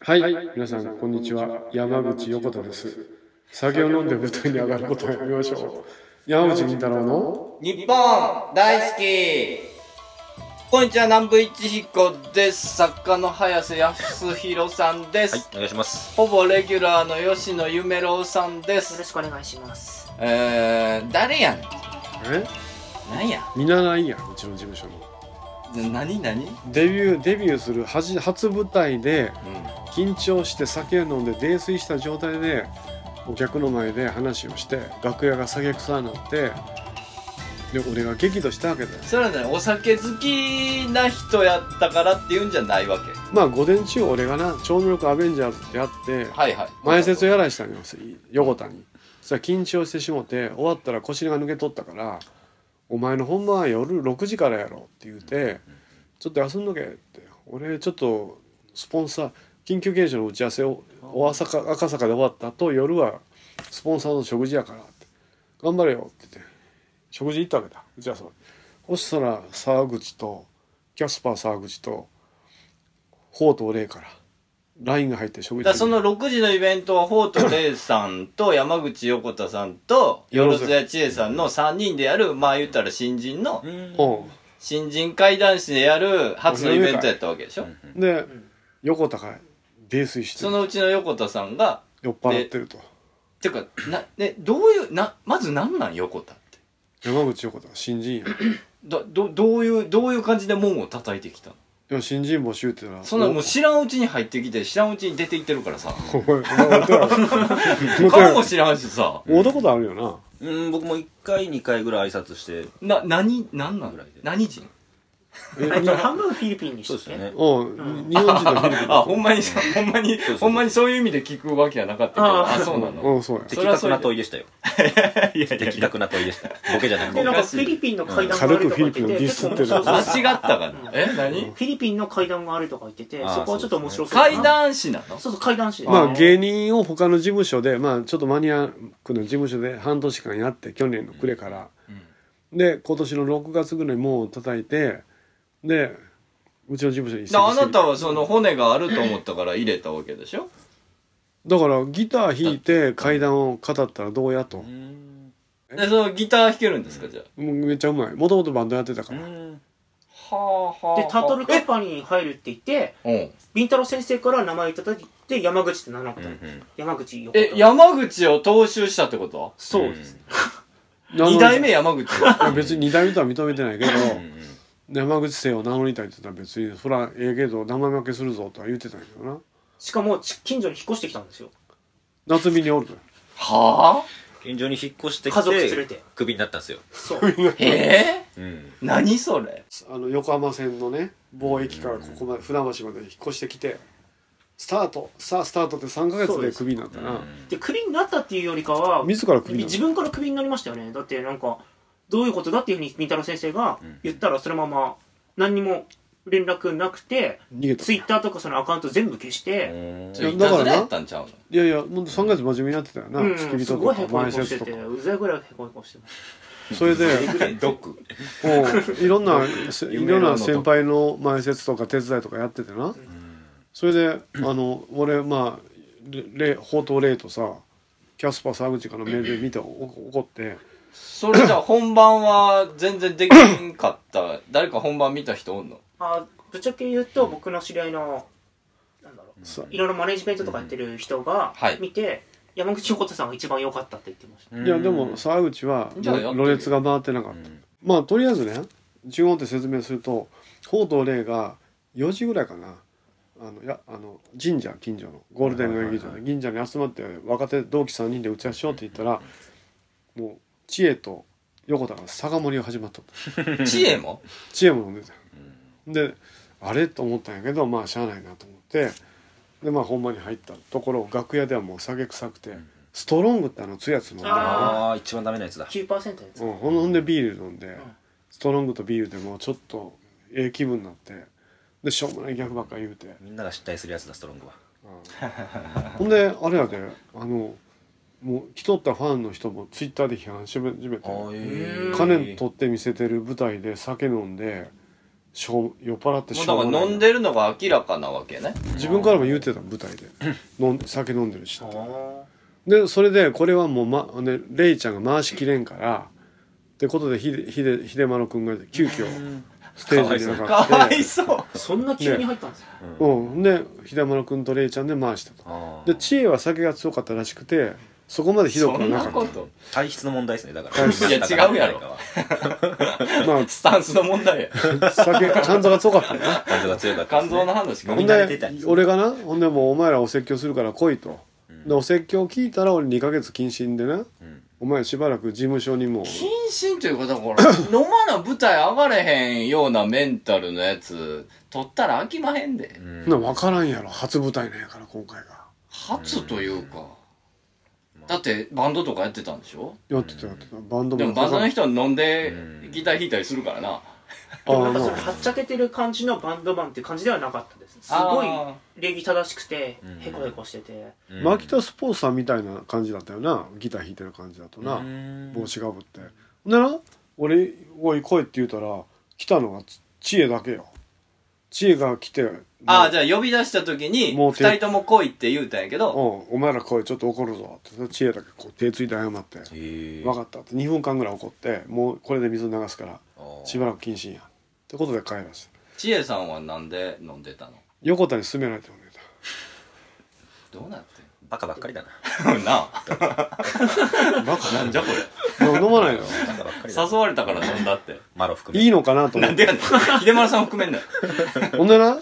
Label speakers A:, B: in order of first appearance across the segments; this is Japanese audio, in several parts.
A: はい、皆さんこんにちは山口横田です酒を飲んで舞台に上がることをやめましょう山口み太郎の
B: 日本大好きこんにちは南部一彦です作家の早瀬康弘さんです、
C: はい、お願いします。
B: ほぼレギュラーの吉野夢郎さんで
D: よろ
B: す
D: しくお願いします。
B: えー、誰やね
A: え
B: んなんや
A: 見習いやうちの事務所の
B: な何何うん
A: デビューデビューする初初舞台で緊張して酒を飲んで泥酔した状態でお客の前で話をして楽屋が酒臭になってで俺が激怒したわけだよ
B: それはねお酒好きな人やったからっていうんじゃないわけ
A: まあ午前中俺がな超能力アベンジャーズってやって
B: はいはい
A: 前説をやらしたんよ横田にそしたら緊張してしもて終わったら腰が抜けとったから「お前の本番は夜6時からやろ」って言うて「ちょっと休んどけ」って「俺ちょっとスポンサー緊急検証の打ち合わせをお朝か赤坂で終わった後夜はスポンサーの食事やから」って「頑張れよ」って言って食事行ったわけだ打ち合わせまでそしたら沢口とキャスパー沢口と宝刀霊から LINE が入って食事
B: だからその6時のイベントは、ホートレイさんと山口横田さんと、
A: よ
B: よ
A: ろ
B: ろ
A: ず
B: ずや千恵さんの3人でやる、まあ言ったら新人の、
A: うん
B: 新人会談師でやる初のイベントやったわけでしょ。
A: で、横田が泥酔して
B: そのうちの横田さんが、
A: 酔っ払ってると
B: てか、な、ね、どういう、な、まずなんなん横田って。
A: 山口横田新人や
B: ど、ど、どういう、どういう感じで門を叩いてきたの
A: でも新人募集って言ったら
B: そんなもう知らんうちに入ってきて、知らんうちに出て行ってる からさ。
A: おお前お前お手洗いお手洗
B: 顔
A: い
B: も知らんしさ。
A: 会うたことあるよな
C: うん、僕も1回、2回ぐらい挨拶して、
B: な、何、何なん
C: ぐらいで
B: 何人
D: あ一応半分フィリピンにし
C: そ
D: て。
C: うですよね。
A: うん日本人とフィリピン
B: あ、ほんまにさ、ほんまに
C: うそう、
B: ほんまにそういう意味で聞くわけはなかったけど、
D: あ
B: あ、そうなの。
A: うんそうや
B: そ
C: 的
B: れは
C: 確
B: それ
C: な
B: で
C: 問いでしたよ。的確な問いでした。ボケじゃなく
D: で、
C: て
D: な。
B: お
D: んか
B: かし
D: フ
B: い
D: ィリピンの階段があ
A: 軽
D: る
A: く
D: とか
A: フィ
D: 言
A: リ
D: っ
A: ピ
D: て
A: ンをデ
D: て、
A: ィスってる
D: そうそう
B: 間
D: そう
B: 違ったかな。え何
D: フィリピンの階段があるとか言ってて、
C: あー
D: そこはちょっと面白そうだな。
B: 怪談師なの
D: そうそう、階段師で。
A: まあ芸人を他の事務所でまあちょっとマニアックな事務所で半年間やって去年の暮れからで今年の6月ぐらい門を叩いてでうちの事務所に移籍
B: だからあなた
A: して
B: はその骨があると思ったから入れたわけでしょ
A: だからギター弾いて階段を語ったらどうやと
C: うん
B: で、そのギター弾けるんですか、じゃ
A: もうめっちゃうまいもともとバンドやってたか
C: う
A: ら
C: ん
B: あ。はあは
D: で、タートルカンパニーに入るって言って、
B: え、
D: ビンタロ先生から名前いただいて、山口って名乗ったの。山口横
B: え、山口を踏襲したってこと
D: そうです。
C: ね。
B: 二代目山口。
A: いや別に2代目とは認めてないけど
C: うんうん
A: 山口姓を名乗りたいって言ったら別にそらええけど名前負けするぞとは言ってたんやけどな
D: しかも、ち近所に引っ越してきたんですよ。
A: 夏美におる
B: は
C: 近所に引っ越してき
D: 家族連れ
C: て
D: て、
C: クビになったんですよ。
D: そう。
B: あえ
C: うん。
B: ー、何それ
A: あの横浜線のね貿易からここまで船橋まで引っ越してきてスタートさあスタートって3ヶ月でクビになったな
D: で、クビになったっていうよりかは、
A: 自らクビになっ
D: 自
A: た
D: 分からクビになりましたよねだってなんかどういうことだっていうふうにみたら先生が
C: うん
D: 言ったらそのまま何にも連絡なくて
A: 逃げた
D: ツイッターとかそのアカウント全部消して
C: うん
B: ちょい
A: だ
B: た
A: から
B: ず
A: な
B: らやったんちゃうの
A: いやいやもう3ヶ月真面目にやってたよな
D: うん
A: 付き
D: す
A: 人
D: ご
A: と
D: いへ
A: か
D: こへ
A: 前
D: こして
A: 説と
D: て
A: か
D: うざいぐらいへこへこしてます
A: それで
C: 毒。
A: うんいろんなせい
B: 夢の
A: ろんな
B: のと
A: 先輩の前説とか手伝いとかやっててな、それであの俺まあれれ宝刀霊とさキャスパー沢口からメールで見てお怒って
B: それじゃあ本番は全然できんかった。誰か本番見た人おんの
D: あぶっちゃけ言うと僕の知り合いのなんだろう
A: さ
D: いろいろマネジメントとかやってる人が
B: はい
D: 見て山口横田さんが一番良かったって言ってました
C: い
A: いやでも、沢口は
B: じゃあやってみ
A: ろれつが回ってなかっ
C: う
A: た、
C: ん
A: まあとりあえずね順を追って説明すると宝刀霊が4時ぐらいかなあのやあの神社近所のゴールデン街劇場
C: はいはい
A: で銀社に集まって若手同期3人で打ち合わせしようって言ったらもう知恵と横田が酒盛りが始まっとった
B: 知恵も
A: 知恵も飲んでたよであれと思ったんやけどまあしゃあないなと思ってでまあ本番に入ったところ楽屋ではもう酒臭くてストロングってあの強いやつ飲んで
D: あ
C: ああ、一番ダメなやつだ。
D: 9%のやつ
A: うん、ほんでビール飲んで、ストロングとビールでもうちょっとええ気分になってでしょうもないギャグばっか言うて、
C: みんなが失態するやつだ、ストロングは。
A: ほんであれやであのもう来とったファンの人もツイッターで批判し始めて
C: あーえー
D: うん
A: 金取って見せてる舞台で酒飲んでしょう酔っ払って
B: もう
A: し
B: だ
A: ょ
B: か
A: う
B: ら
A: が
B: 飲
A: なんい
B: でるのが明らかなわけね
A: 自分からも言ってたの舞台で飲ん酒飲んでるし
D: あ
A: って
D: ー
A: でそれでこれはもう、まね、レイちゃんが回しきれんからってことでひでひで秀丸君が急遽ステージに上
B: か
A: がっ
B: わ
A: て
B: い そう
D: そんな急に入ったんですよ、
A: うん、で秀丸君とレイちゃんで回したと
C: あー
A: で知恵は酒が強かったらしくてそこまでひどく
B: そ
A: は
B: ん
A: な
B: な
A: かっ
B: こと
C: 体質の問題ですねだから
A: 体
B: 質いや違うやろ
A: たま
B: スタンスの問題 や
A: あ酒肝臓が強かったよ な
C: 肝臓が強かった
B: 肝
C: ですね
B: 臓の話か
A: ほん
C: 飲み慣れて
A: で
C: たりする
A: 俺がなほんでもうお前らお説教するから来いと、でお説教聞いたら俺2ヶ月謹慎でな、お前しばらく事務所にも
B: 謹慎というかだから 飲まな舞台上がれへんようなメンタルのやつ取ったら飽きまへんで、
A: な分からんやろ初舞台なんやから今回が
B: 初というか、だってバンドとかやってたんでしょ
A: やってたやってたバンド
B: で
A: も
B: もバンドの
A: あ
B: 人は飲んで
C: うん
B: ギター弾いたりするからな
A: あ
D: でもなんかそれ
A: まあ
D: はっちゃけてる感じのバンドマンって感じではなかったですす
B: あ
D: ごい
B: ー
D: 礼儀正しくて
C: うん
D: へこへこしてて、
C: うん
A: 牧田スポーツさんみたいな感じだったよなギター弾いてる感じだとな、
C: うん
A: 帽子かぶってほんでな俺「おい来い」って言うたら来たのが知恵だけよ知恵が来て
B: ああ
A: ゃ
B: じゃあ呼び出した時に
A: も
B: 二
A: う手
B: 人とも来いって言うたんやけ
A: う
B: ど
A: ん、お前ら来いちょっと怒るぞって知恵だけこう手ついて謝って
C: へ
A: 「
C: ー
A: 分かった」って2分間ぐらい怒ってもうこれで水流すから
C: あー
A: しばらく謹慎やってことで帰らせた
B: 千恵さんはなんで飲んでたの
A: 横田に勧められてもね
B: どうなって
C: バカばっかりだなん
B: の なあ
A: バカ
B: なんじゃこれ
A: 飲ま ないの
C: バカばっかりだな
B: 誘われたから飲んだって
C: マロ含め
A: いいのかなと思
B: な
A: っ
B: ん
A: て
B: でやねん秀丸さん含めんなよ
A: ほんでな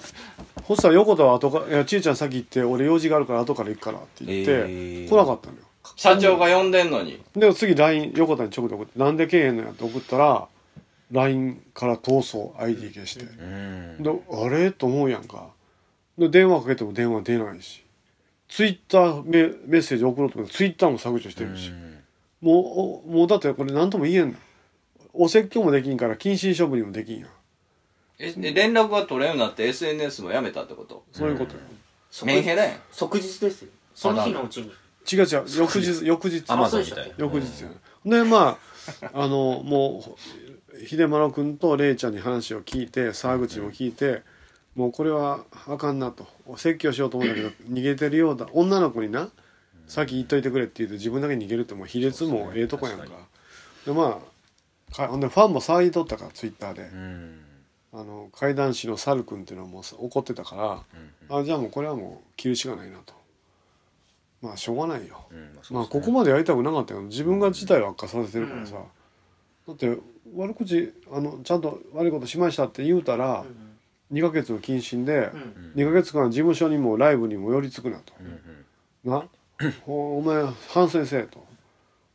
A: ほしたら横田は後から「いやち恵ちゃん先行って俺用事があるから後から行くから」って言って、
C: えー
A: 来なかったのよ
B: 社長が呼んでんのに
A: で次 LINE 横田に直で送って「なんでけえへんのや」って送ったら LINE から逃走 ID 消して、
C: うん
A: であれと思うやんかで電話かけても電話出ないしツイッターメメッセージ送ろうと思ってツイッターも削除してるし、もうおもうだってこれ何とも言えんのお説教もできんから謹慎処分にもできんやん
B: ええ連絡が取れんようになって SNS もやめたってこと
A: そういうことよ、
D: 即
B: メンヘラやん
D: 即日ですよその日のうちに
A: 違う違う翌日翌日
C: アマゾンみたいな
A: 翌日やね、でまああのもう秀丸君とレイちゃんに話を聞いて沢口も聞いて、もうこれはあかんなと説教しようと思うんだけど逃げてるようだ女の子にな先言っといてくれって言うと自分だけ逃げるってもう卑劣もええとこやんか
C: そうです
A: で
C: ね
A: まあかほんでファンも騒ぎとったからツイッターで、
C: うん
A: あの怪談師の猿君っていうのはもうさ怒ってたから、あじゃあもうこれはもう着るしかないなとまあしょうがないよ、
C: うんまあそうですね
A: まあここまでやりたくなかったけど自分が事態を悪化させてるからさ、だって悪口あのちゃんと悪いことしましたって言うたら、2ヶ月の謹慎で、
D: うん
A: 2ヶ月間事務所にもライブにも寄りつくなと、なおお前反省せえと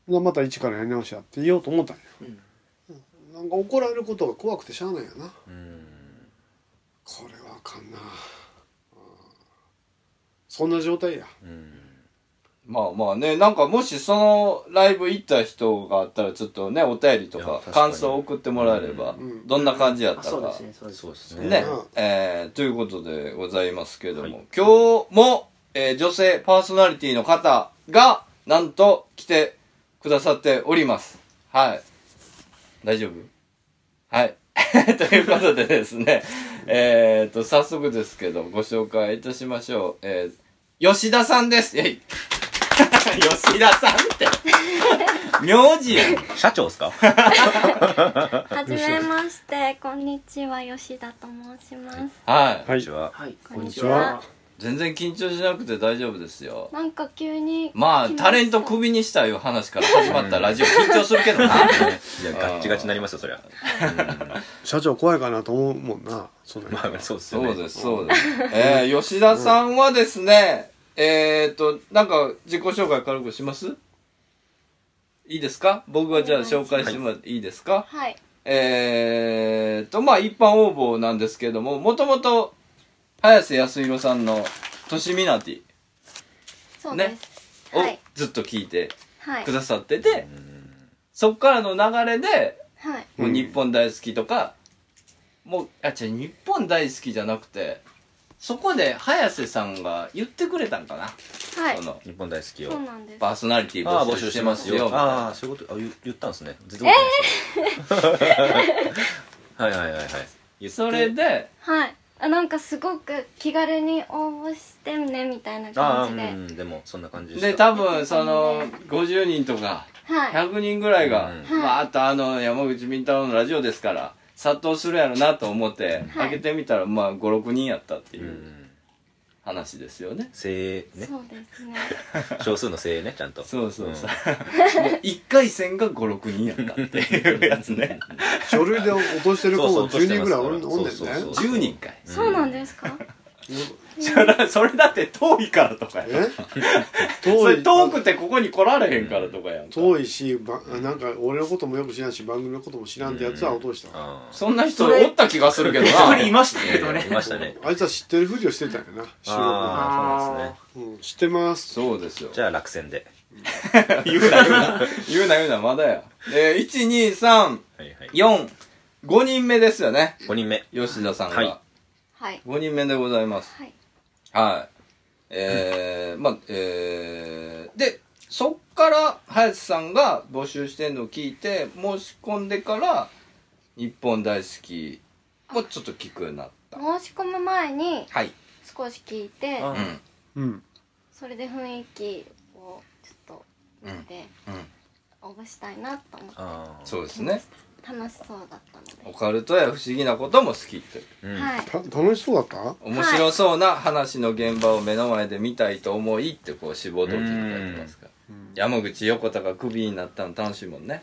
A: なまた一からやり直しやって言おうと思ったんや、なんか怒られることが怖くてしゃあないよな、これはあかんなうんそんな状態や
B: まあまあね、なんかもしそのライブ行った人があったらちょっとね、お便りと
C: いや
B: か
C: 確かに
B: 感想を送ってもらえれば、
A: ん
B: どんな感じやっ
D: あ
B: たか。
D: そうですねそうです
C: そうです
B: ね
C: ね
A: うん
B: えーということでございますけども、
C: はい
B: 今日も、えー女性パーソナリティの方が、なんと来てくださっております。はい。大丈夫はい。 ということでですね、えっと、早速ですけど、ご紹介いたしましょう。えー吉田さんです。えい 吉田さんって、名字やん。
C: 社長ですか
E: はじめまして、こんにちは、吉田と申します。
B: はい。
A: は
C: こん
A: い
C: にちは
D: はい
E: こんに
A: ちは
B: 全然緊張しなくて大丈夫ですよ。
E: なんか急に。
B: まあ、
E: 来した
B: タレントクビにしたいう話から始まったラジオ、緊張するけ どな。
C: いやガッチガチになりますよそりゃ
A: 社長怖いかなと思うもんなそんなに
C: まあそうですよ
B: そ
C: ね
B: うです、そうです。えー、吉田さんはですね、えーっと、なんか、自己紹介軽くしますいいですか僕がじゃあ紹介してもらっていいですか
E: はい。
B: えーと、まあ、一般応募なんですけども、もともと、早瀬康弘さんの、としみなテ
E: そうです。
B: ィを
E: はい
B: ずっと聞いて
E: はい
B: く。ださってて、そっからの流れで、
E: はい。
B: もう
A: うん
B: 日本大好きとか、もう、あ、違う、日本大好きじゃなくて、そこで、早瀬さんが言ってくれたんかな、
E: はい
B: そ。の、
C: 日本大好きを
E: そうなんです。
B: パーソナリティ
C: ああ
B: 募
C: 募
B: 集し
C: 集してて
B: ま
C: ますす
B: よ
C: よ。ああそういうことあ言言ったんですね全然覚えてないですよはいはいはいはい言って
B: それで
E: はいあなんかすごく気軽に応募してねみたいな
C: ああ
E: 感
C: う
E: じ
C: ん
E: で、
C: うんでもそんな感じで
B: で
C: した
B: 多分その50人とか
E: はい
B: 100人ぐらいが
C: うん
E: はい
B: まああとあの山口み太郎のラジオですから殺到するやろなと思って
E: はい
B: 開けてみたらまあ56人やったって
C: うん
B: いううん話ですよね
C: 精鋭ね
E: そうですね
C: 少数の精鋭ねちゃんと
B: そうそうそう、
C: ん
B: 1回戦が56人やったっていうやつね
A: 書類で落としてる子
C: そうそう
A: も
C: 落とし
A: 10
C: て
A: 人
C: ま
A: ぐ
C: す
A: らいお
C: から
A: んおんねんね
C: そうそう
B: 10人かい
E: そうなんですか
B: それ それだって遠いからとかや
A: え
B: そ
A: 遠
B: れ
A: い
B: 遠くてここに来られへんからとかやんか
A: 遠いしばなんか俺のこともよく知らんし番組のことも知らんってやつは落としたわ
C: あ
B: そんな人
D: それ
B: おった気がするけど
D: 一
B: な
D: 人いました
C: あ
D: けど
C: いやいやいま
D: ね
C: した ね
A: あいつは知ってるふりをしてたんやな収録
C: ああそうなんですね
A: うん知ってます
B: そうですよ
C: じゃあ落選で
B: 言うな言うな言うな言うなまだやえー、
C: はいはい
B: 12345人目ですよね
C: 5人目
B: 吉田さんが、
C: はい
E: はい
B: 5人目でございます
E: はい
B: はいえー、まあえー、でそっから林さんが募集してんのを聞いて申し込んでから日本大好きもちょっと聞くようになった
E: 申し込む前に
B: はい
E: 少し聞いて
C: あ
B: うん
A: うん
E: それで雰囲気をちょっと見て
B: うん
E: 応募したいなと思って
C: ああ
B: そうですね
E: 楽しそうだったの
B: オ
E: で、
B: カルトや不思議なことも好きって
C: うん
E: はい
A: た楽しそうだった
B: 面白そうな話の現場を目の前で見たいと思いってこう志望動機に書いてますから
A: うん
B: 山口横田がクビになったの楽しいもんね、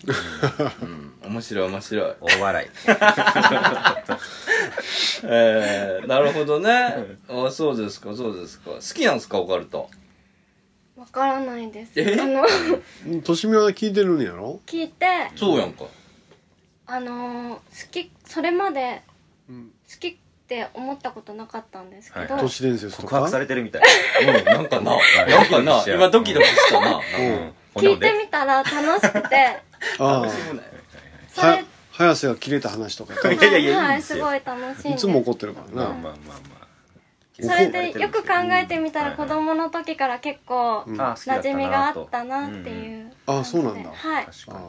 B: うん、面白い面白い
C: 大笑い
B: えー、なるほど ねあそうですかそうですか好きなんですかオカルト
E: わからないです
B: え
E: あの
A: うんとしみは聞いてるんやろ
E: 聞いて
B: そうやんか
E: あのー好きそれまで
A: うん
E: 好きって思ったことなかったんですけど、
C: は
A: 都市伝説と
C: 告白さ
A: か
C: れてるみ たい
B: うんなんかな
C: はい
B: なんかな今ドキドキした な
C: うん
E: 聞いてみたら楽しくて
A: ああ
E: それ
A: は早瀬が切れた話とかと
C: いやいやいや
E: はい
C: いん
E: い、
C: です
E: す
C: よ
E: ごい楽しいん
A: い
E: で
A: つも怒ってるから
C: まあまあ
A: な
C: まあま
E: そ
C: あ
E: れでよく考えてみたら子供の時から結構
A: うん
C: あ好きだっ
E: 馴
C: た
E: 染
C: な
E: み
C: と
E: があったなっていう
A: あ
E: 感じで
A: そうなんだ
E: はい
C: 確
A: あ
C: か
A: あ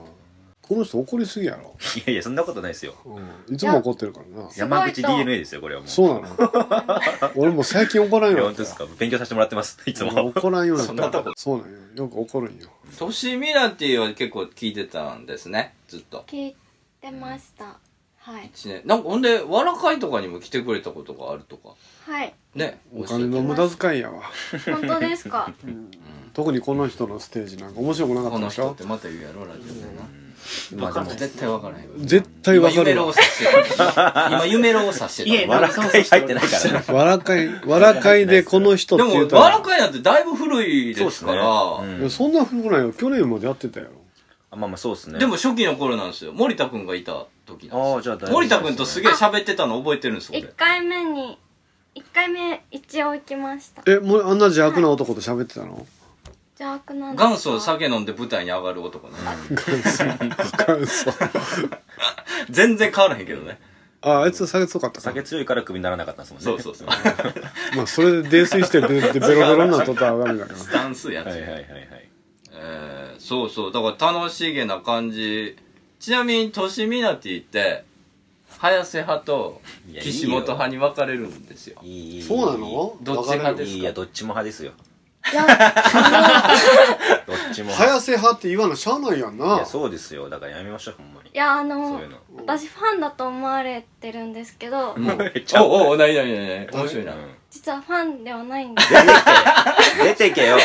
A: この人怒りすぎやろ
C: にいやいやそんなことないですよ
A: うんいつも怒ってるからな
E: すごいと
C: 山口 DNA ですよこれはもう
A: そうなの 俺もう最近怒らん
C: い
A: よ
C: や
A: う
C: 本
A: にな
C: 当で
A: っ
C: す
A: た
C: か勉強させてもらってますいつ
A: も
C: も
A: う怒らんように
B: そん
A: な
B: な
A: っ
B: と
A: た
B: こ
A: そうなんよよく怒るんよ
B: トシミラティは結構聞いてたんですねずっと
E: 聞いてましたはい
B: 一年なんかほんでわらかいとかにも来てくれたことがあるとか
E: はい
B: ね
A: お金の無駄遣いやわ
E: 本当ですか
A: 特にこの人のステージなんか面白くなかっ
B: こ
A: た
B: の
A: でし
B: 人っ
A: ょ
B: てまた言うやろラジオでな、
D: わかんないです
B: 絶対分からへん
A: 絶対わか
B: 今夢
A: る
B: ろ
A: わ
B: を指してた今夢ろを指してた
D: いえ
C: 笑い入ってないから
A: わらかいわらかいでこの人っ
B: で
A: て言
B: も
A: う、た
B: わら
A: ら
B: かいなんてだいぶ古いですから、
C: そうですね
A: いやそんな古くないよ去年までやってたよ
C: あまあまあそうですね
B: でも初期の頃なんですよ。森田くんがいた時なんです
C: ああじゃあ大丈夫です
B: よ。森田くんとすげえ喋ってたの覚えてるんですよ、
E: 1回目に1回目一応行きました
A: えもうあんな邪悪な男と喋ってたの
E: 邪悪な
B: 俺。
E: んですか
B: 元祖酒飲んで舞台に上がる男ね。
A: 感想
B: 全然変わらへんけどね。
A: ああいつ酒強かったか
C: 酒強いからクビにならなかったんですもんね
B: そうそうそう。
A: まあそれで泥酔してベベロベロになっとったらダメだから
B: スタンスやつ。
C: はいはいはいはい
B: えー、そうそう。だから楽しげな感じ。ちなみに、トシミナティって、早瀬派と
C: いやいいよ
B: 岸本派に分かれるんですよ。
C: いいいい
A: そうなの
B: どっち派
A: 別
B: で
A: れる
B: すか
C: いやどっちも派ですよ
E: いや
C: どっちも
A: 早瀬派って言わなしゃあないやん
C: い
A: な
C: やそうですよだからやめましょうほんまに
E: いやあ
C: そ
E: の
C: ういうの
E: 私ファンだと思われてるんですけど、
C: めっちゃ
B: おうおう、ないないないない。面白いな。
E: 実はファンではないんです
C: 出ていけよ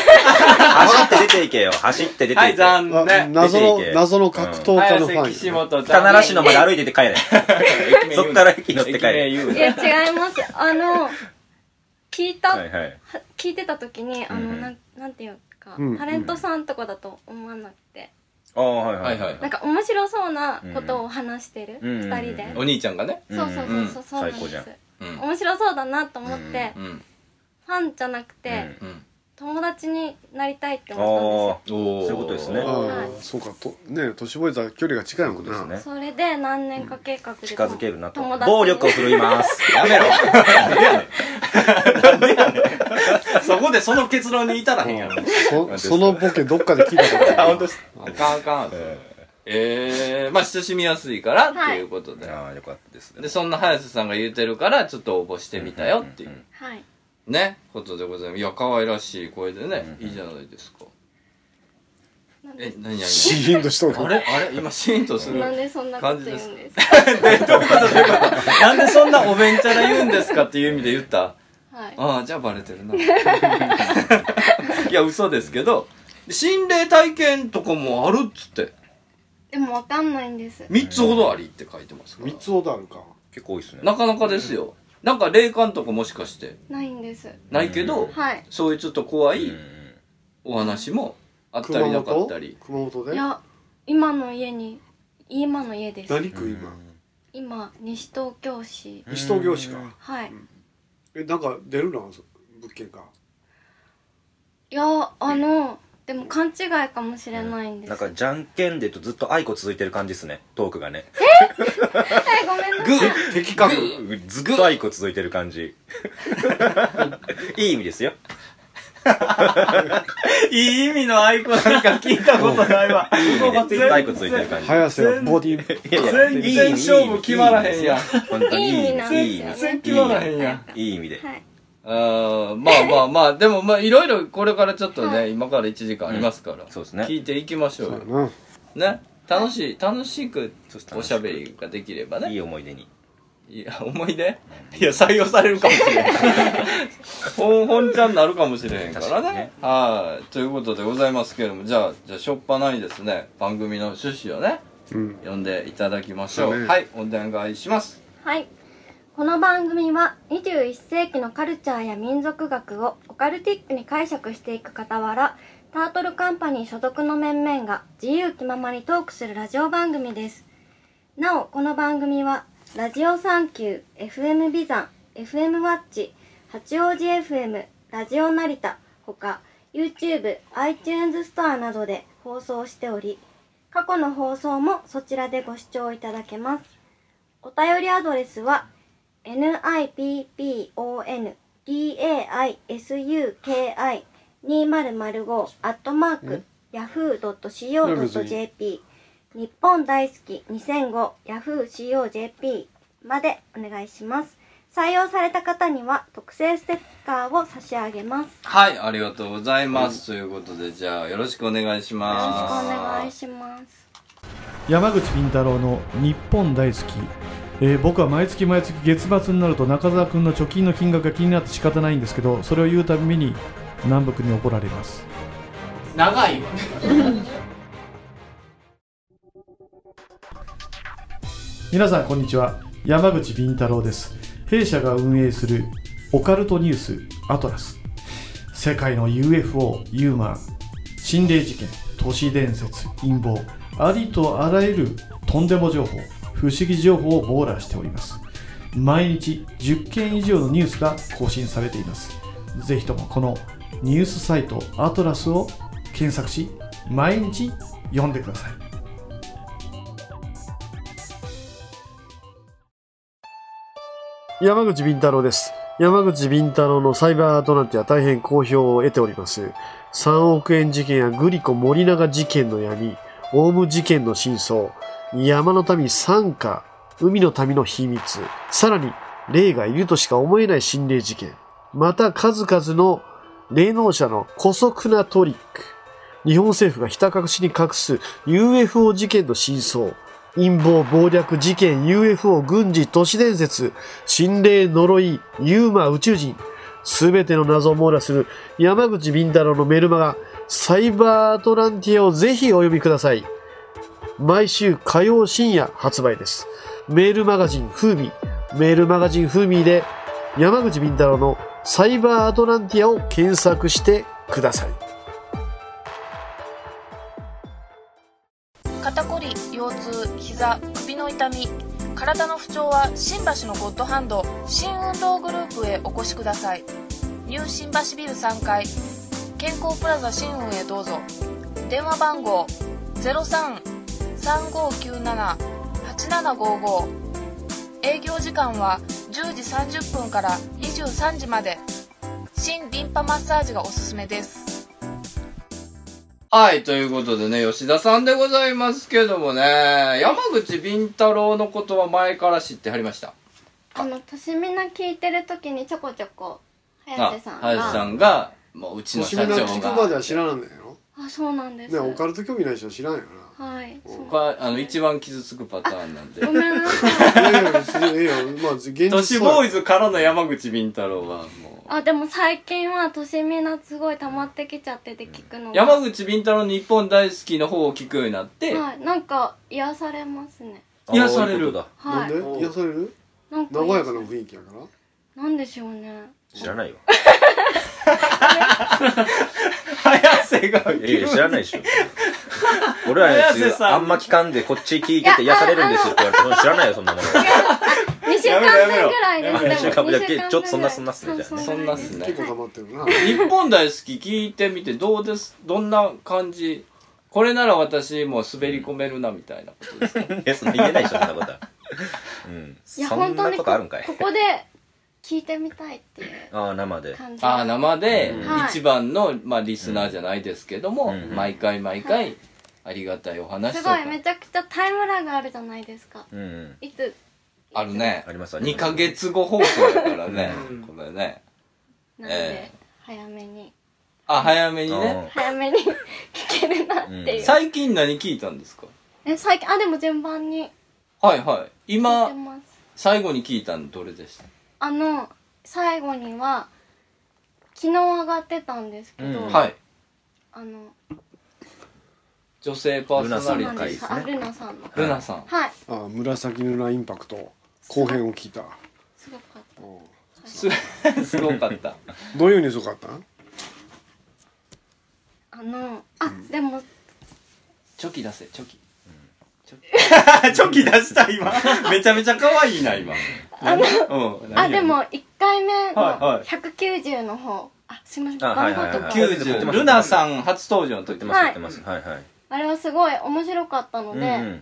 C: 走って出ていけよ走って出て
B: はいい、
C: け
B: 残
A: あ
B: 念。
A: 謎の
C: 出ていけ
A: 謎の格闘家
B: 早
A: のファ
B: 瀬、
A: ン
B: 岸
A: やな
B: 本、
C: 北奈良市のまで歩いてて帰れそっから駅乗って帰
B: れ
C: れ
B: 駅名言う
E: い
B: な
E: や違いますあの聞いた、
C: はいはい
E: は聞いてた時にあの、
C: うんうん
E: なんなんていうか、
A: うん
E: タレントさんとかだと思わなくて、
C: ああはい
B: は
C: はいい
B: は
E: なんか面白そうなことを話してる、
C: う
E: 二
C: ん
E: 人で、
C: うん
B: お兄ちゃんがね。
E: そうそうそうそうそうなん
C: うん最高
E: で
C: じ
E: す
C: ゃん、
B: うん
E: 面白そうだなと思って、
B: うん。
E: ファンじゃなくて、
C: うん
B: うん。
E: 友達になりたいって
C: ああ
E: 思っ
B: おー
C: そういうことですね
A: ああ
E: はい
A: そうかとね年ボーイとは距離が近いもんな
E: たんですよそれで何年か計画で
C: 近づけるなと
E: 友達に
C: 暴力を振るいます
B: やめろ。そこでその結論に至らへんやろ。
A: そそのボケどっかで聞いたことある
B: あかんあかん。ええまあ親しみやすいからって
E: はい
B: いうことで、
C: ああ、よかったですね。
B: でそんな早瀬さんが言うてるからちょっと応募してみたよっていう
C: うんうん
E: はい
B: ねことでございますいや可愛らしい声でね、
C: うん
B: いいじゃないですか
E: なん
B: え
E: で
B: 何何
A: シーンとしとる
B: あれあれ今シーンとする
E: なんでそんなこと言うんですか
B: なんでそんなおべんちゃら言うんですかっていう意味で言った
E: はい
B: ああじゃあバレてるないや嘘ですけど心霊体験とかもあるっつって
E: でもわかんないんです
B: 3つほどありって書いてますから
A: 三つほどあるか
C: 結構多いですね。
B: なかなかですよなんか霊感とかもしかして
E: ないんです
B: ないけど、
E: はい
B: そういうちょっと怖
C: うん
B: い
C: うん
B: お話もあった
A: 熊
B: りなかっ
A: 本
B: たり
A: 熊本
E: い
A: で
E: や今の家に今の家です
A: 何区今
E: 今西東京市
A: 西東京市か
E: はい
A: えなんか出るなそ物件が
E: いやあのでも勘違いかもしれないんです
C: なんか、じゃんけんでとずっと愛子続いてる感じですね。トークがね。
E: はいごめんな
B: グ
E: さい
B: ー的確
C: ずっと愛子続いてる感じ。 いい意味ですよ。
B: いい意味のアイコンなんか聞いたことない わ
C: いい意味でずっと愛子続いてる感じ。
A: 早瀬はボディ
C: いやいや
B: 全然勝負決まらへんやん
C: いい意味ですよ本当にいい意味です。
E: いい意味なんですよ
B: 全
E: ね
B: 然決まらへんやん
C: いい意味で。
E: はい
B: あーまあまあまあでもまあいろいろこれからちょっとね、
E: は
B: 今から1時間ありますから、
C: そうですね。
B: 聞いていきましょう
A: そう
B: よ
A: やな
B: ね楽しい楽しく
C: そうです
B: おしゃべりができればね
C: いい思い出に。
B: いや思い出いや採用されるかもし れん本本ちゃんになるかもしれへんから
C: 確か
B: ね
C: にね
B: はいということでございますけれどもじゃあじゃあしょっぱないですね番組の趣旨をね
A: うん
B: 読んでいただきましょう、
A: そうね
B: はいお願いします
E: はい。この番組は21世紀のカルチャーや民族学をオカルティックに解釈していく傍ら、タートルカンパニー所属の面々が自由気ままにトークするラジオ番組です。なお、この番組は、ラジオサンキュー、FM ビザン、FM ワッチ、八王子 FM、ラジオ成田、ほか、YouTube、iTunes ストアなどで放送しており、過去の放送もそちらでご視聴いただけます。お便りアドレスは nippondasuki2005 アットマーク yahoo.co.jp 日本大好き2005 yahoo.co.jp までお願いします採用された方には特製ステッカーを差し上げます
B: はいありがとうございます、ということでじゃあよろしくお願いし
E: よろしくお
B: ます
E: 願いします
F: 山口敏太郎の日本大好き、えー僕は毎月毎月月末になると中澤君の貯金の金額が気になって仕方ないんですけどそれを言うたびに南北に怒られます
G: 長いわ
F: 皆さんこんにちは山口敏太郎です弊社が運営するオカルトニュースアトラス世界の UFO ユーマー心霊事件都市伝説陰謀ありとあらゆるとんでも情報不思議情報を網羅しております毎日10件以上のニュースが更新されていますぜひともこのニュースサイトアトラスを検索し毎日読んでください
H: 山口敏太郎です。山口敏太郎のサイバーアトランティア大変好評を得ております。3億円事件やグリコ森永事件の闇、オウム事件の真相、山の民参加、海の民の秘密、さらに霊がいるとしか思えない心霊事件、また数々の霊能者の古速なトリック、日本政府がひた隠しに隠す UFO 事件の真相、陰謀、暴略、事件、UFO、軍事、都市伝説、心霊、呪い、ユーマ、宇宙人、すべての謎を網羅する山口敏太郎のメルマガ、サイバーアトランティアをぜひお読みください。毎週火曜深夜発売です。メールマガジンフーミー、メールマガジンフーミーで山口敏太郎のサイバーアトランティアを検索してください。
I: 肩こり腰痛膝首の痛み体の不調は新橋のゴッドハンド新運動グループへお越しくださいニュー新橋ビル3階健康プラザ新運へどうぞ電話番号0335978755営業時間は10時30分から23時まで新リンパマッサージがおすすめです
B: はい、ということでね、吉田さんでございますけどもね、山口敏太郎のことは前から知ってはりました。
E: あの年みな聞いてる時にちょこちょこ
B: あ
E: 早瀬さんが
B: 林さんが、もううちの
A: 星
B: 社
A: 見
B: 長
A: な
B: が。
A: 聞くまでは知らないんだよ
E: あそうなんです、
A: ねオカルト興味ない人は知らんよ
E: はいそう
B: これあの、一番傷つくパターン なんで
E: ご。めんなさい
A: ないやいや別にええよまあ現実
B: 都市ボー
A: イ
B: イズからの山口敏太郎はも
E: あでも最近は年みなすごい溜まってきちゃってて聞く
B: う、
E: のが
B: 山口敏太郎の日本大好きの方を聞くようになって、
E: はいなんか癒されますね
B: 癒される
C: あーいいことだ
A: な
E: は
A: ん
E: い
A: で癒される
E: なんか
A: 和やかな雰囲気やから
E: なんでしょ うね
C: 知らないよ。
B: 早瀬が
C: いやいや、知らないでしょ。俺らのや
B: 綾瀬
C: つ、
B: さん
C: あんま聞かんで、こっち聞いてて癒されるんですって言われて、知らないよ、そんな もの。
E: 2週
B: や
E: 間分ぐらいです
B: めろやめろ
E: でも
C: やめろ
E: 二週間分ぐらい
C: ちょっとそんなそんなっすね
E: う
C: じゃあね
B: そんなっすね
A: 結構溜まってるな
B: 日本大好き聞いてみてどうですどんな感じこれなら私もう滑り込めるなみたいなことですか
C: いや、そんな言えないでしょ、そんなことは。うん。
E: いや
C: そ
E: 本
C: ん
E: 当
C: な
E: に
C: と
E: こ
C: こあるんかい
E: こ。こで聞いてみたいっていう
C: ああ、生で。
E: 感じ
B: ああ生で
C: うん
E: はい
B: 一番の、まあ、リスナーじゃないですけども、
C: うん
B: 毎回毎回ありがたいお話
E: す
B: とか
E: ごいめちゃくちゃタイムラグあるじゃないですか
C: うんうん。
E: いつ
B: あるね
C: あります、あり
B: 2
C: ます。
B: ヶ。月後放送やからね、
D: うん
B: これね
E: なんで
B: え
E: 早めに
B: あ早めにね
C: う
E: 早めに聞けるなっていう、
B: 最近何聞いたんですか
E: え最近あでも順番に
B: はいはい
E: 聞いて
B: 今
E: ます
B: 最後に聞いたのどれでした
E: あの最後には昨日上がってたんですけど、
C: うん
B: はい
E: あの
B: 女性パーソ
E: そう
B: ナ
E: な
B: リ
E: ん
B: テ
E: で
C: いいっ
E: す
C: すね
E: あルナさんの
B: ィルナさん
E: はい
A: あー紫のラインパクト後編を聞いた
E: すごかった
A: うん
B: すす ごかった
A: どういうニュースがあったん
E: あのあ、でも
B: チョキ出せ、チョキ。チョキチョキ出した、今。 めちゃめちゃ可愛いな、今。
E: あの
B: うん。
E: あでも1回目
B: はいは
E: の
B: い
E: 190の方あすみません
C: あはいはいはい
E: 番号とか、
C: 90
B: 90。ルナさん初登場の時
C: 出
B: も。
C: ます、出ます。はいはい。
E: あれはすごい面白かったの
C: うん
E: で、
C: うん。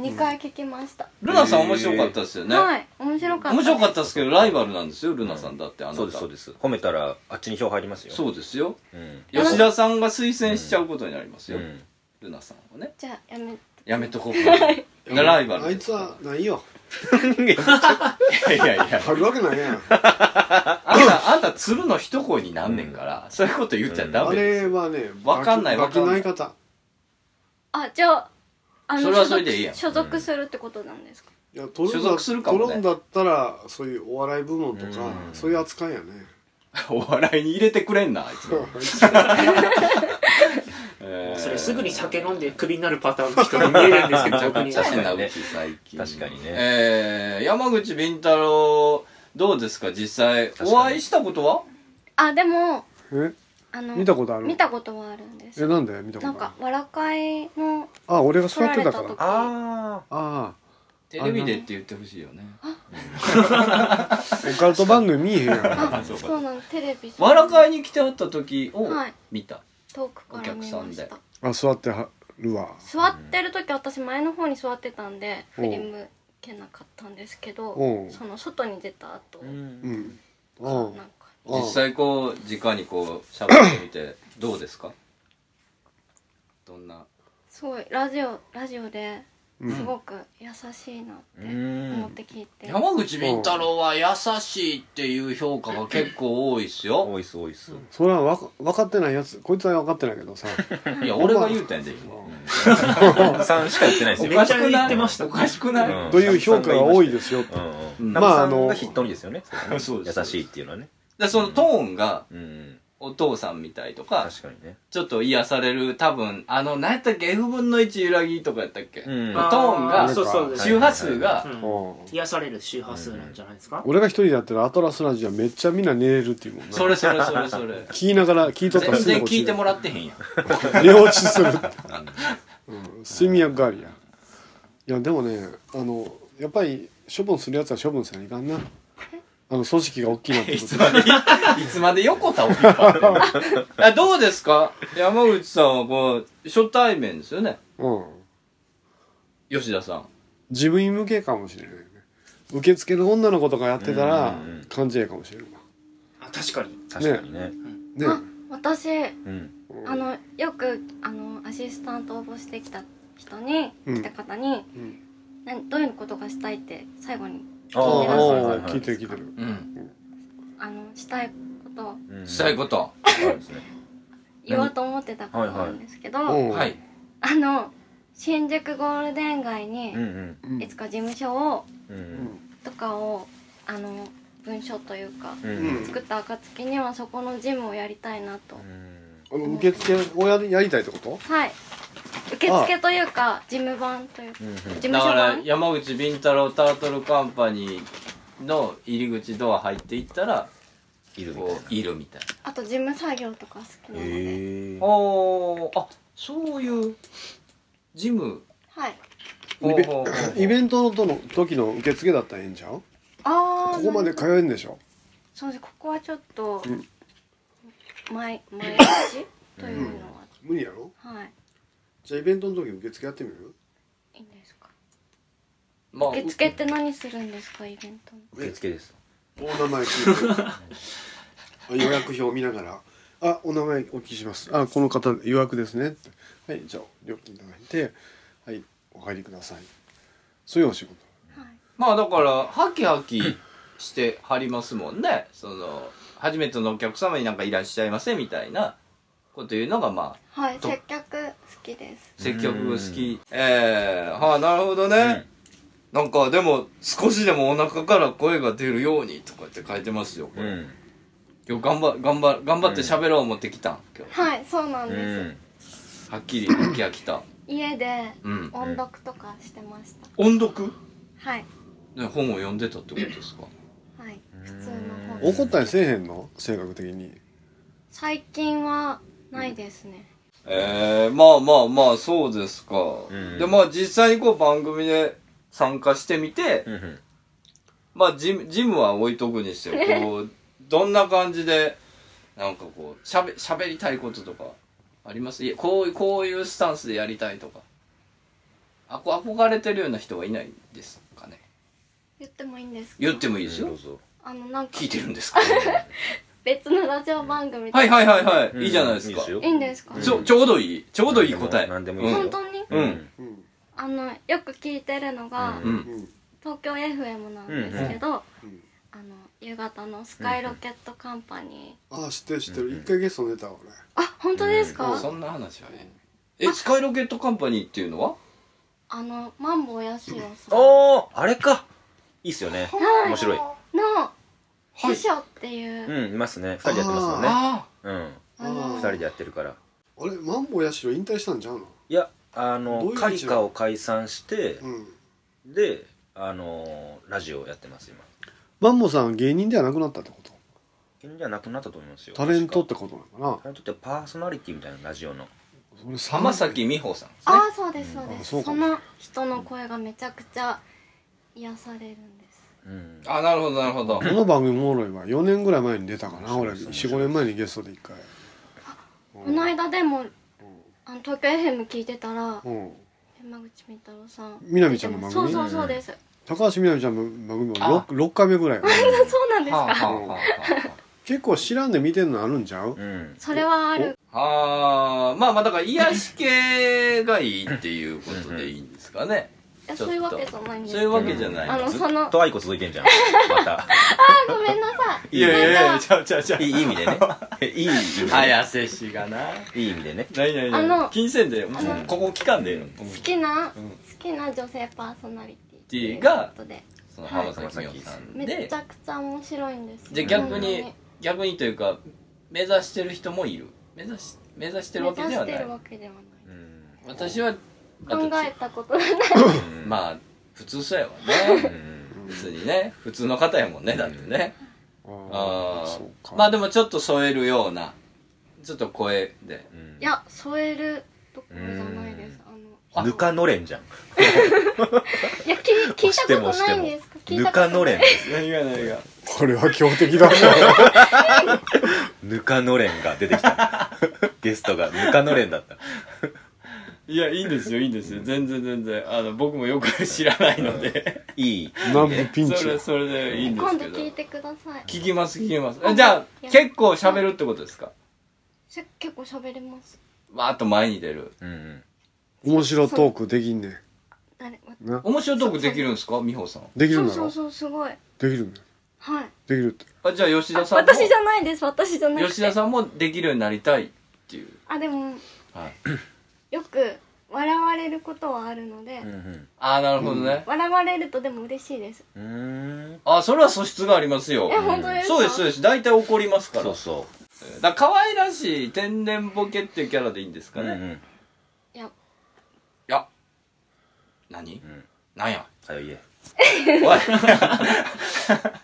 B: うん。
E: 2回聞きました、
B: ルナさん面白かったですよね。
E: はい面白かった
B: 面白かったですけど、ライバルなんですよ、ルナさんだって、あなた。
C: そうです、そう
B: で
C: です。褒めたら、あっちに票入りますよ。
B: そうですよ。
C: うん。
B: 吉田さんが推薦しちゃうことになります
C: う
B: よ。
C: ん。
B: ルナさんをね。
E: じゃあやめ
B: やめとこう か。いライバル
A: あいつはないよ
B: やいやい や。
A: あるわけないやん
B: あん た、あんた、鶴の一声になんねんから、そういうこと言っちゃダ
A: あ
B: メで
A: れ
B: す。
A: はね
B: わかんない
A: バキ
B: わかんな
A: ないい方
E: あじゃああ
B: それはそれでいいやん
E: 所属所属するってことなんですか、
A: いや取るん
B: 所
A: だ
B: 属するかもね
A: 取るんだったらそういうお笑い部門とか
C: うん
A: そういう扱 いやね
B: お笑いに入れてくれんな、あいつ。
D: そ れすぐに酒飲んでクビになるパターンの人に見えるんですけど僕には
C: 確かにね
B: うち最近
C: 確かにね
B: えー、山口敏太郎どうですか実際
C: かに
B: お会いしたことは
E: あでも
A: え
E: あの
A: 見たことある
E: 見たことはあるんです
A: えなんで見たこ
E: なん
A: とあ
E: か
A: る
E: わらかいの
A: あ俺が座
E: 取
A: っ
E: ら
A: て
E: れ
A: た
E: た
A: から
E: 時
A: あ
C: あ
A: あ
B: テレビでって言ってほしいよね
A: オカルト番組見えへんや ん
E: あそうなのテレビ
B: わらかいに来てあった時を
E: はい
B: 見た、
E: 遠くから見
B: お
E: ま
B: 客さん
E: し
B: で
E: た
A: あ座ってはるわ
E: 座ってる時私前の方に座ってたんで
A: お
E: 振
A: う
E: り向けなかったんですけ
A: お
E: ど
A: う
E: その外に出た後
C: あ。う。
A: うんん
E: な
A: うん
E: んか
A: うん
B: 実際こう直にこう喋ってみ てどうですかどんな
E: すごいラジオラジオで
A: うん
E: すごく優しいなって思っ
C: ん。
E: て聞いて、
B: 山口敏太郎は優しいっていう評価が結構多いっすよ
C: 多いっす、多いっす。
A: それはわか分かってないやつこいつは分かってないけどさ
B: いや俺が言うてんで今
C: さんしか言ってないですよ。
D: めっちゃ言ってました
B: おかしくない、
C: うん
A: という評価が多いですよって
C: う。
B: うんん
C: まあ、あ
A: まああ
C: の。
A: の
C: が筆頭にですよね。
B: そうです
C: 優しいっていうのはね。
B: でそのトーンが
C: うん。
B: お父さんみたいとか
C: 確かにね。
B: ちょっと癒される多分あの何やったっけ F 分の1揺らぎとかやったっけ、
C: うん。
B: トーンが
D: あそうそうです
B: 周波数が、
D: うん
A: うん
D: 癒される周波数なんじゃないですか、
A: 俺が一人でやってるアトラスラジオはめっちゃみんな寝れるっていうもんな
B: それそれそれそれ
A: 聞きながら聞いとったら
B: 全
A: すぐ
B: 然
A: 落ち
B: 聞い
A: る
B: てもらってへんやん
A: 寝落ちする、うん、睡眠薬代わりやいやでもねあのやっぱり処分するやつは処分せないかんなあの組織が大きいなって
B: い
A: こ
B: つまでい つまで横田を引っ張ってんのあどうですか山口さんはこう初対面ですよね
A: と、うん、
B: 吉田さん
A: 事務員向けかもしれないね受付の女の子とかやってたら
C: うんうんうん
A: 感じええかもしれんわ
D: あ確かに
C: 確かにね。
A: ね
E: あ私
C: うん。
E: あのよくあのアシスタント応募してきた人に、
A: うん
E: 来た方に
A: うん
E: 何どういうことがしたいって最後に
C: ああ
E: お願いします
C: はいはいはい
A: 聞いてる聞いてる
B: うん。
E: あのしたいことを
C: うん
B: したいこと。
C: そうですね
E: 言おうと思ってたこと
C: 何はい
E: な
C: はい
E: んですけど、
A: うん
B: はい。
E: あの新宿ゴールデン街に
C: うんうん
A: うん
E: いつか事務所を
C: う
A: うんん
E: とかをあの文書というか
C: うん
A: うん
E: 作った暁にはそこのジムをやりたいなと、
A: あの受付をやりやりたいってこと
E: はい受付というか事務版というか
C: うんうん
E: 事務
B: だ
E: 所
B: から
E: 版
B: 山口敏太郎タートルカンパニーの入り口ドア入っていったら
C: いるみたい
B: こ
C: な
B: ういるみたい
E: あと事務作業とか好きなので、
C: へえ
B: なおーあそういうジム
E: はい
A: イベ
B: ほうほうほう
A: イベントのとの時の受付だったらええんちゃうこ
E: ああ
A: こまで通えんでしょ
E: そうですここはちょっと
A: うん
E: 前前出しというのは、
A: 無理やろ
E: はい
A: じゃあイベントの時受付やってみる
E: いいんですか
B: まあ
E: 受付って何するんですかイベントの
C: 受付です
A: お名前聞いてあ予約表見ながら「あお名前お聞きしますあこの方予約ですね」はいじゃあ料金いただいて「はいお入りください」そういうお仕事
B: まあだからハキハキしてはりますもん ねその初めてのお客様になんかいらっしゃいませみたいなこと言うのがまあ
E: はい
B: と
E: 接客好きです
B: 積極好きええはあなるほどね、なんかでも少しでもお腹から声が出るようにとかって書いてますよこ
C: う
B: れ、
C: ん
B: 今日頑張頑張頑張って喋ろう思ってきたん今日
E: はいそうなん
C: う
E: です、
C: ん
B: はっきり飽き飽きた
E: 家で
B: うん
E: 音読とかしてました、
B: 音読
E: はい
B: ね本を読んでたってことですか
E: はい普通の本
A: 怒ったりせえへんの性格的に
E: 最近はないですね、
B: ええまあまあまあそうですか、
C: うん
B: でまあ実際にこう番組で参加してみて、
C: うんうん
B: まあジムジムは置いとくにして もこうどんな感じでなんかこうしゃべしゃべりたいこととかありますいやこうこういうスタンスでやりたいとかあこ憧れてるような人はいないですかね
E: 言ってもいいんですか
B: 言ってもいいですよ、
C: どうぞ
E: あのなんか
B: 聞いてるんですか
E: 別のラジオ番組とか
B: はいはいはいはい、
C: うん
B: いいじゃないですか
C: いいですよ
E: いいんですか、
C: うん
B: ちょちょうどいいちょうどいい答え
C: 何でもいいです
B: う
C: よ
B: ん
E: 本当に
B: うん
A: うん
E: あのよく聞いてるのが、
C: う
B: う
C: ん
B: ん
A: うん
E: 東京 FM なんですけど、
A: うん
E: あの夕方のスカイロケットカンパニ
A: あ知ってる知ってる
C: うん
A: 一回ゲスト出たわね
E: ー、あ本当ですか、
B: そんな話はねえスカイロケットカンパニーっていうのは
E: あのマンボウやしおさんの
C: おーあれかいいっすよね
E: はい
C: 面白い
E: 秘書っていう、
C: うんいますね二人でやってますもんね
B: あ
C: うん
E: あの
C: 二人でやってるから
A: あれマンボウやしろ引退したんちゃうの
C: いやあ
A: どう
C: の
A: いう
C: カリ
A: 一覧
C: カを解散して
A: うん
C: であのラジオやってます今
A: マンボウさんは芸人ではなくなったってこと
C: 芸人じゃなくなったと思いますよ
A: タレントってことなのか
C: タレントってパーソナリティみたいなラジオの
A: な俺さ
B: 浜崎美穂さんですね
E: ああそうですそうで
A: あ
E: す
A: そ
E: そう
A: か
E: の人の声がめちゃくちゃ癒されるんです
C: うん
B: あなるほどなるほど
A: この番組おもろいわ4年ぐらい前に出たかな俺
C: そうそう
A: 45年前にゲストで1回
E: この間でもあの東京 FM 聞いてたら
A: うん
E: 山口み太郎さん
A: 南ちゃんの番組
E: そうそうそうです、
A: 高橋みなみちゃんの番組
B: あ
A: は 6, 六回目ぐらいよ
E: そうなんですか、
B: はあ、はあは
A: 結構知らんで見てんのあるんちゃう
C: うん
E: それはある
B: あはあ、はあ、まあまあだから癒し系がいいっていうことでいいんですかね
E: いや
B: ちょっと
E: そういうわけじゃないんです
B: そういうわけじゃない、
E: あの
C: ず
E: その
C: っと愛子続いてんじゃんまた
E: ごめんなさい
B: いやいやい
E: な
B: や
E: んか
B: ちゃうちゃうちゃう
C: いいいい意味でねいい意味で
B: あ
C: ね
B: やせしがない
C: い意味でね
B: ないないない
E: あの
B: 金銭で
C: の
B: ここ期間で、
E: 好きな、
B: ん
E: 好きな女性パーソナリティっていう
B: が
E: ことで
B: その浜崎美穂さん
E: め
B: で
E: ちゃくちゃ面白いんですよ
B: じゃあ逆に逆にというか目指してる人もいる目指し目指してる
E: 本
B: わけ
E: 当に
B: では
E: 目
B: な
E: 指して
B: い
E: るわけではな
C: うん
B: 私はい
E: 考えたことがない
C: うん
B: まあ普通そうやわ
C: う
B: ね
C: ん
B: 別にね普通の方やもんねだってねあ
A: ー
B: ー
A: そうか
B: まあでもちょっと添えるようなちょっと声で
C: うん
E: いや添えるところじゃないですあの
C: ぬかのれんじゃん
E: いや聞聞い
C: したて
E: こ
C: も
E: と
C: して
E: ないん
C: も
E: ですか聞い
C: ぬ
E: た
C: か
E: こ
C: の
E: とな
C: れ
E: い
C: んです
B: 何が何が
A: これは強敵だな
C: ぬかのれんが出てきたゲストがぬかのれんだった
B: いやいいんですよいいんですよ全然全然あの僕もよく知らないので
C: いい
A: 南部ピンチ
B: それそれでいいんです
E: 今
B: け
E: 度
B: ど
E: 聞いてください
B: 聞きます聞きますえじゃあ結構喋るってことですか
E: しゃ結構喋れます
B: わーっと前に出る。
C: うんうん
A: 面白トークできんねん
E: 誰
A: な
B: 面白トークできるんですか美穂さん。
A: できる
E: そ
A: ん
E: う
A: だ
E: そ
A: ろ
E: うそうすごい
A: できるんだよ
E: はい
A: できるって
B: あ、じゃあ吉田さんも。
E: 私じゃないです私じゃない
B: 吉田さんもできるようになりたいっていう。
E: あでも
B: はい。
E: よく笑われることはあるので、
C: うん
B: あー、なるほどね。
E: 笑われるとでも嬉しいです
C: うんうん
B: あー、それは素質がありますよ
E: え。本当ですか
B: そうです、そうです。大体怒りますから。
C: そうそ
B: だから可愛らしい天然ボケっていうキャラでいいんです
C: う
B: か
C: うん
B: ね、
C: う
B: い
C: ん
B: や何、なんや
C: はよ言え
B: おい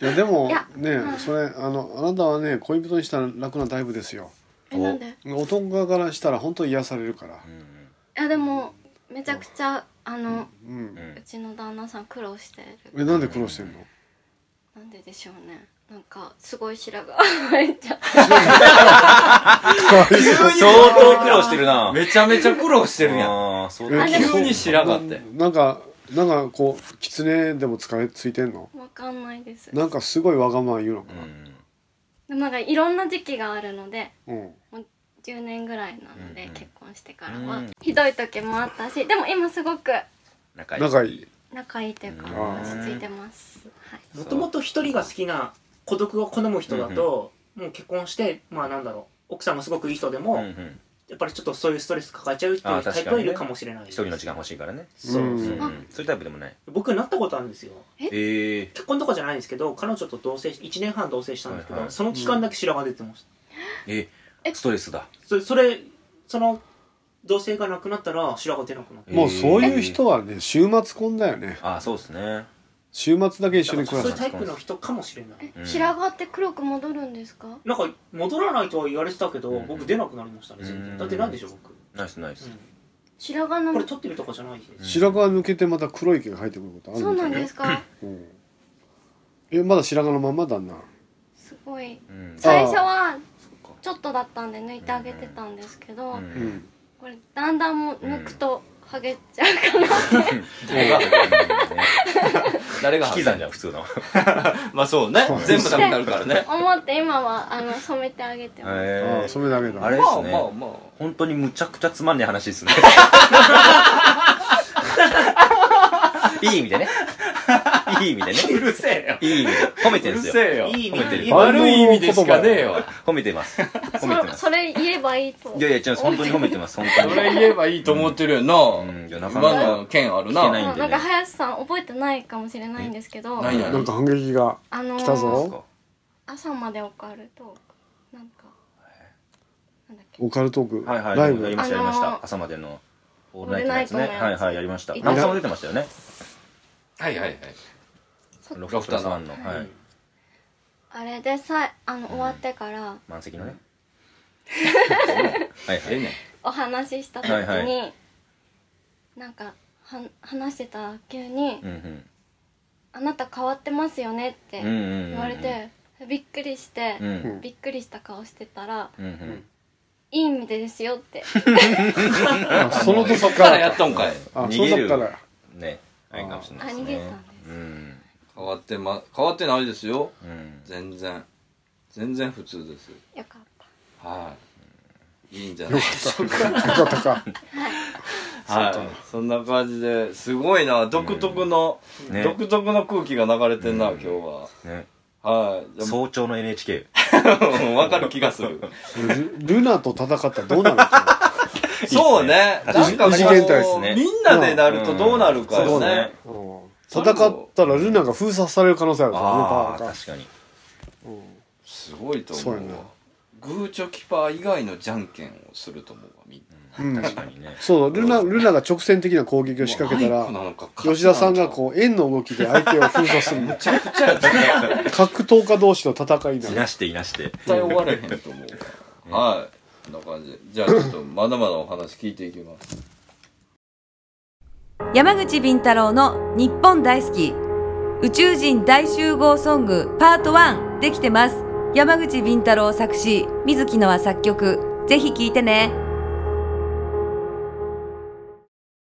A: いやでも
E: いや
A: ね
E: はい
A: それあのあなたはね恋人にしたら楽なタイプですよ
E: えなんでい
A: 男側からしたら本当に癒されるから
C: うんうん
E: やでもめちゃくちゃあの、
A: うん
C: う
E: うんちの旦那さん苦労してる
A: えなんで苦労してんの
E: なんででしょうねなんかすごい白髪生えちゃう
C: 相当苦労してるな
B: めちゃめちゃ苦労してるやん
C: ああそう
A: え
E: あでも
B: 急に白髪って
A: ななんかなんかこう狐でも使いついてんの
E: わかんないです
A: なんかすごいわがまま言うのか
C: うん
A: な
E: でもなんかいろんな時期があるので
A: うん
E: 10年ぐらいなの
C: う
E: で、
C: んうん
E: 結婚してから
C: う
E: は
C: ん
E: ひどい時もあったしでも今すごく
C: 仲いい
A: 仲いい
E: 仲いいというか
A: うん
E: 落ち着いてます、はい、
D: もともと一人が好きな孤独を好む人だと、もう結婚してまあなんだろう奥さんがすごくいい人でも、
C: うんうん
D: やっぱりちょっとそういうストレス抱えちゃうってい
C: あ
D: う
C: ー確
D: タ
C: か
D: イ
C: にね
D: プはいるかもしれないで
C: 一
D: す
C: 人の時間欲しいからね
D: そう
A: うん
D: そう
C: うんうんそういうタイプでもない
D: 僕なったことあるんですよ
C: ええ
D: 結婚とかじゃないんですけど彼女と同棲し1年半同棲したんですけど、
C: はいはい
D: その期間だけ白髪出てまし
C: え
E: え
C: ストレスだ
D: た、そそれその同棲がなくなったら白髪出なくなった
A: もうそういう
C: え
A: 人はね週末婚だよね
C: えああそうですね
A: 週末だけ一緒
D: だ
A: に
D: か
A: 暮
D: らそうい
A: ら
D: う
A: す
D: タイプの人かもしれない
E: え
C: うん
E: 白髪って黒く戻るんですか
D: なんか戻らないとは言われてたけど、
C: うん
D: 僕出なくなりましたね全
C: うん
D: 然だってないでしょ僕、
C: ナイスナイス
D: う
E: 白髪
D: ん、これ
E: の
D: 取ってるとかじゃないです、
A: 白髪抜けてまた黒い毛が生えてくることある、
E: そうなんですすか
A: うん、えまだ白髪のまんま旦那
E: すごい
C: うん
E: 最初は
C: っか
E: ちょっとだったんで抜いてあげてたんですけど、
C: う
A: うんん
E: これだんだんもう抜くとハゲちゃうかな、
B: 誰が 誰が
C: 引き算じゃん普通の
B: まあそうね
A: そう
B: 全部なくなるからね
E: 思って今はあの染めてあげてます、
A: ああそれだけだ
C: あれで
B: ますあまあ
C: ね
B: まあ
C: 本当にむちゃくちゃつまんねえ 話ですねいい意味でねいい意味でね
B: うるせえよ
C: いい意味で褒めて
B: う
C: るん
B: る
C: ですよ
B: せえよ
D: いい意
C: 褒めて
D: 味
C: る
D: いい
A: あ
B: 悪い意味でしかねえよ
C: 褒めてます褒めてま
E: そ
C: す
E: それ言えばいいと
C: いやいや違う本当に褒めてます本当
B: そ
C: に
B: れ言えばいいと思ってるよな、
C: んいやなかな
B: 今
C: か
B: の件ある
C: 聞
B: な
C: けない
E: あ
C: ん
E: の
C: で
E: な
C: ね
E: んか林さん覚えてないかもしれないんですけど
B: ない
A: なんか反撃が
E: あのー
A: 来たぞ
E: 朝までオカルトークなんかなんだっけ
A: オカルトーク、
C: はいはい
A: ラ
C: や
A: イ
C: り
A: ブ
C: ましたやりまし
E: あの
C: た
E: ー
C: 朝までのオールナイトのやつね
E: オールナイ
C: はい
E: トのやつ
C: はいやりました
E: い
C: 直木さんも出てましたよね
B: はいはいはい
C: ロフトプラスワンのはい
E: あれでさあの終わってから
C: 満席の ねはいは
B: ええ
C: い
B: ねん
E: お話しした時に、
C: はいは
E: なんかは話してたら急に
C: うんうん
E: 「あなた変わってますよね」って
C: うんうんうん
E: 言われて、びっくりして、
C: うんうん
E: びっくりした顔してたら
C: うんうん
E: 「いい意味でですよ」 って
A: あその時
B: そっ
A: か
B: から
A: ら
B: やったんかい
A: あそ
C: 逃
A: の
C: げ
A: 時
C: る
A: から
C: ねあれかもしれないです
E: あ逃げ
C: ね
E: たんです
C: うん
B: 変わってま変わってないですよ
C: うん
B: 全然全然普通です
E: よかった
B: はいいいんじゃないですか
A: よかったか
B: はいそんな感じですごいな独特の、
C: ね
B: 独特の空気が流れてんな、今日は
C: ね
B: はいじゃ
C: 早朝の NHK
B: あ わかる気 がする
A: ルルナと戦ったらどうなるか
B: そうね
C: いいっ
B: な
C: す
B: ん
C: ね
B: かこ
A: 異次元体です
B: う、
C: ね
B: みんなでなるとどうなるかよね、
A: な、うん
B: それ
A: 戦
B: も
A: ったらルナが封鎖される可能性ある
C: ああ
A: からね
C: 確かに
A: パーが、
B: すごいと思うわ
A: そうやな
B: グーチョキパー以外のじゃんけんをすると思うわみんな
A: うんうん
C: 確かにね
A: そうルナルナが直線的な攻撃を仕掛けた
B: マイクな
A: ら
B: のかカツなのか
A: 吉田さんがこう円の動きで相手を封鎖する
B: むちゃくちゃやった絶
A: 格闘家同士の戦いに
C: い
A: な
C: な
A: る
C: していなして
B: 対終われへん と思うわはいこんな感じでじゃあちょっとまだまだお話聞いていきます
G: 山口敏太郎の日本大好き宇宙人大集合ソングパート1できてます山口敏太郎作詞水木のは作曲ぜひ聴いてね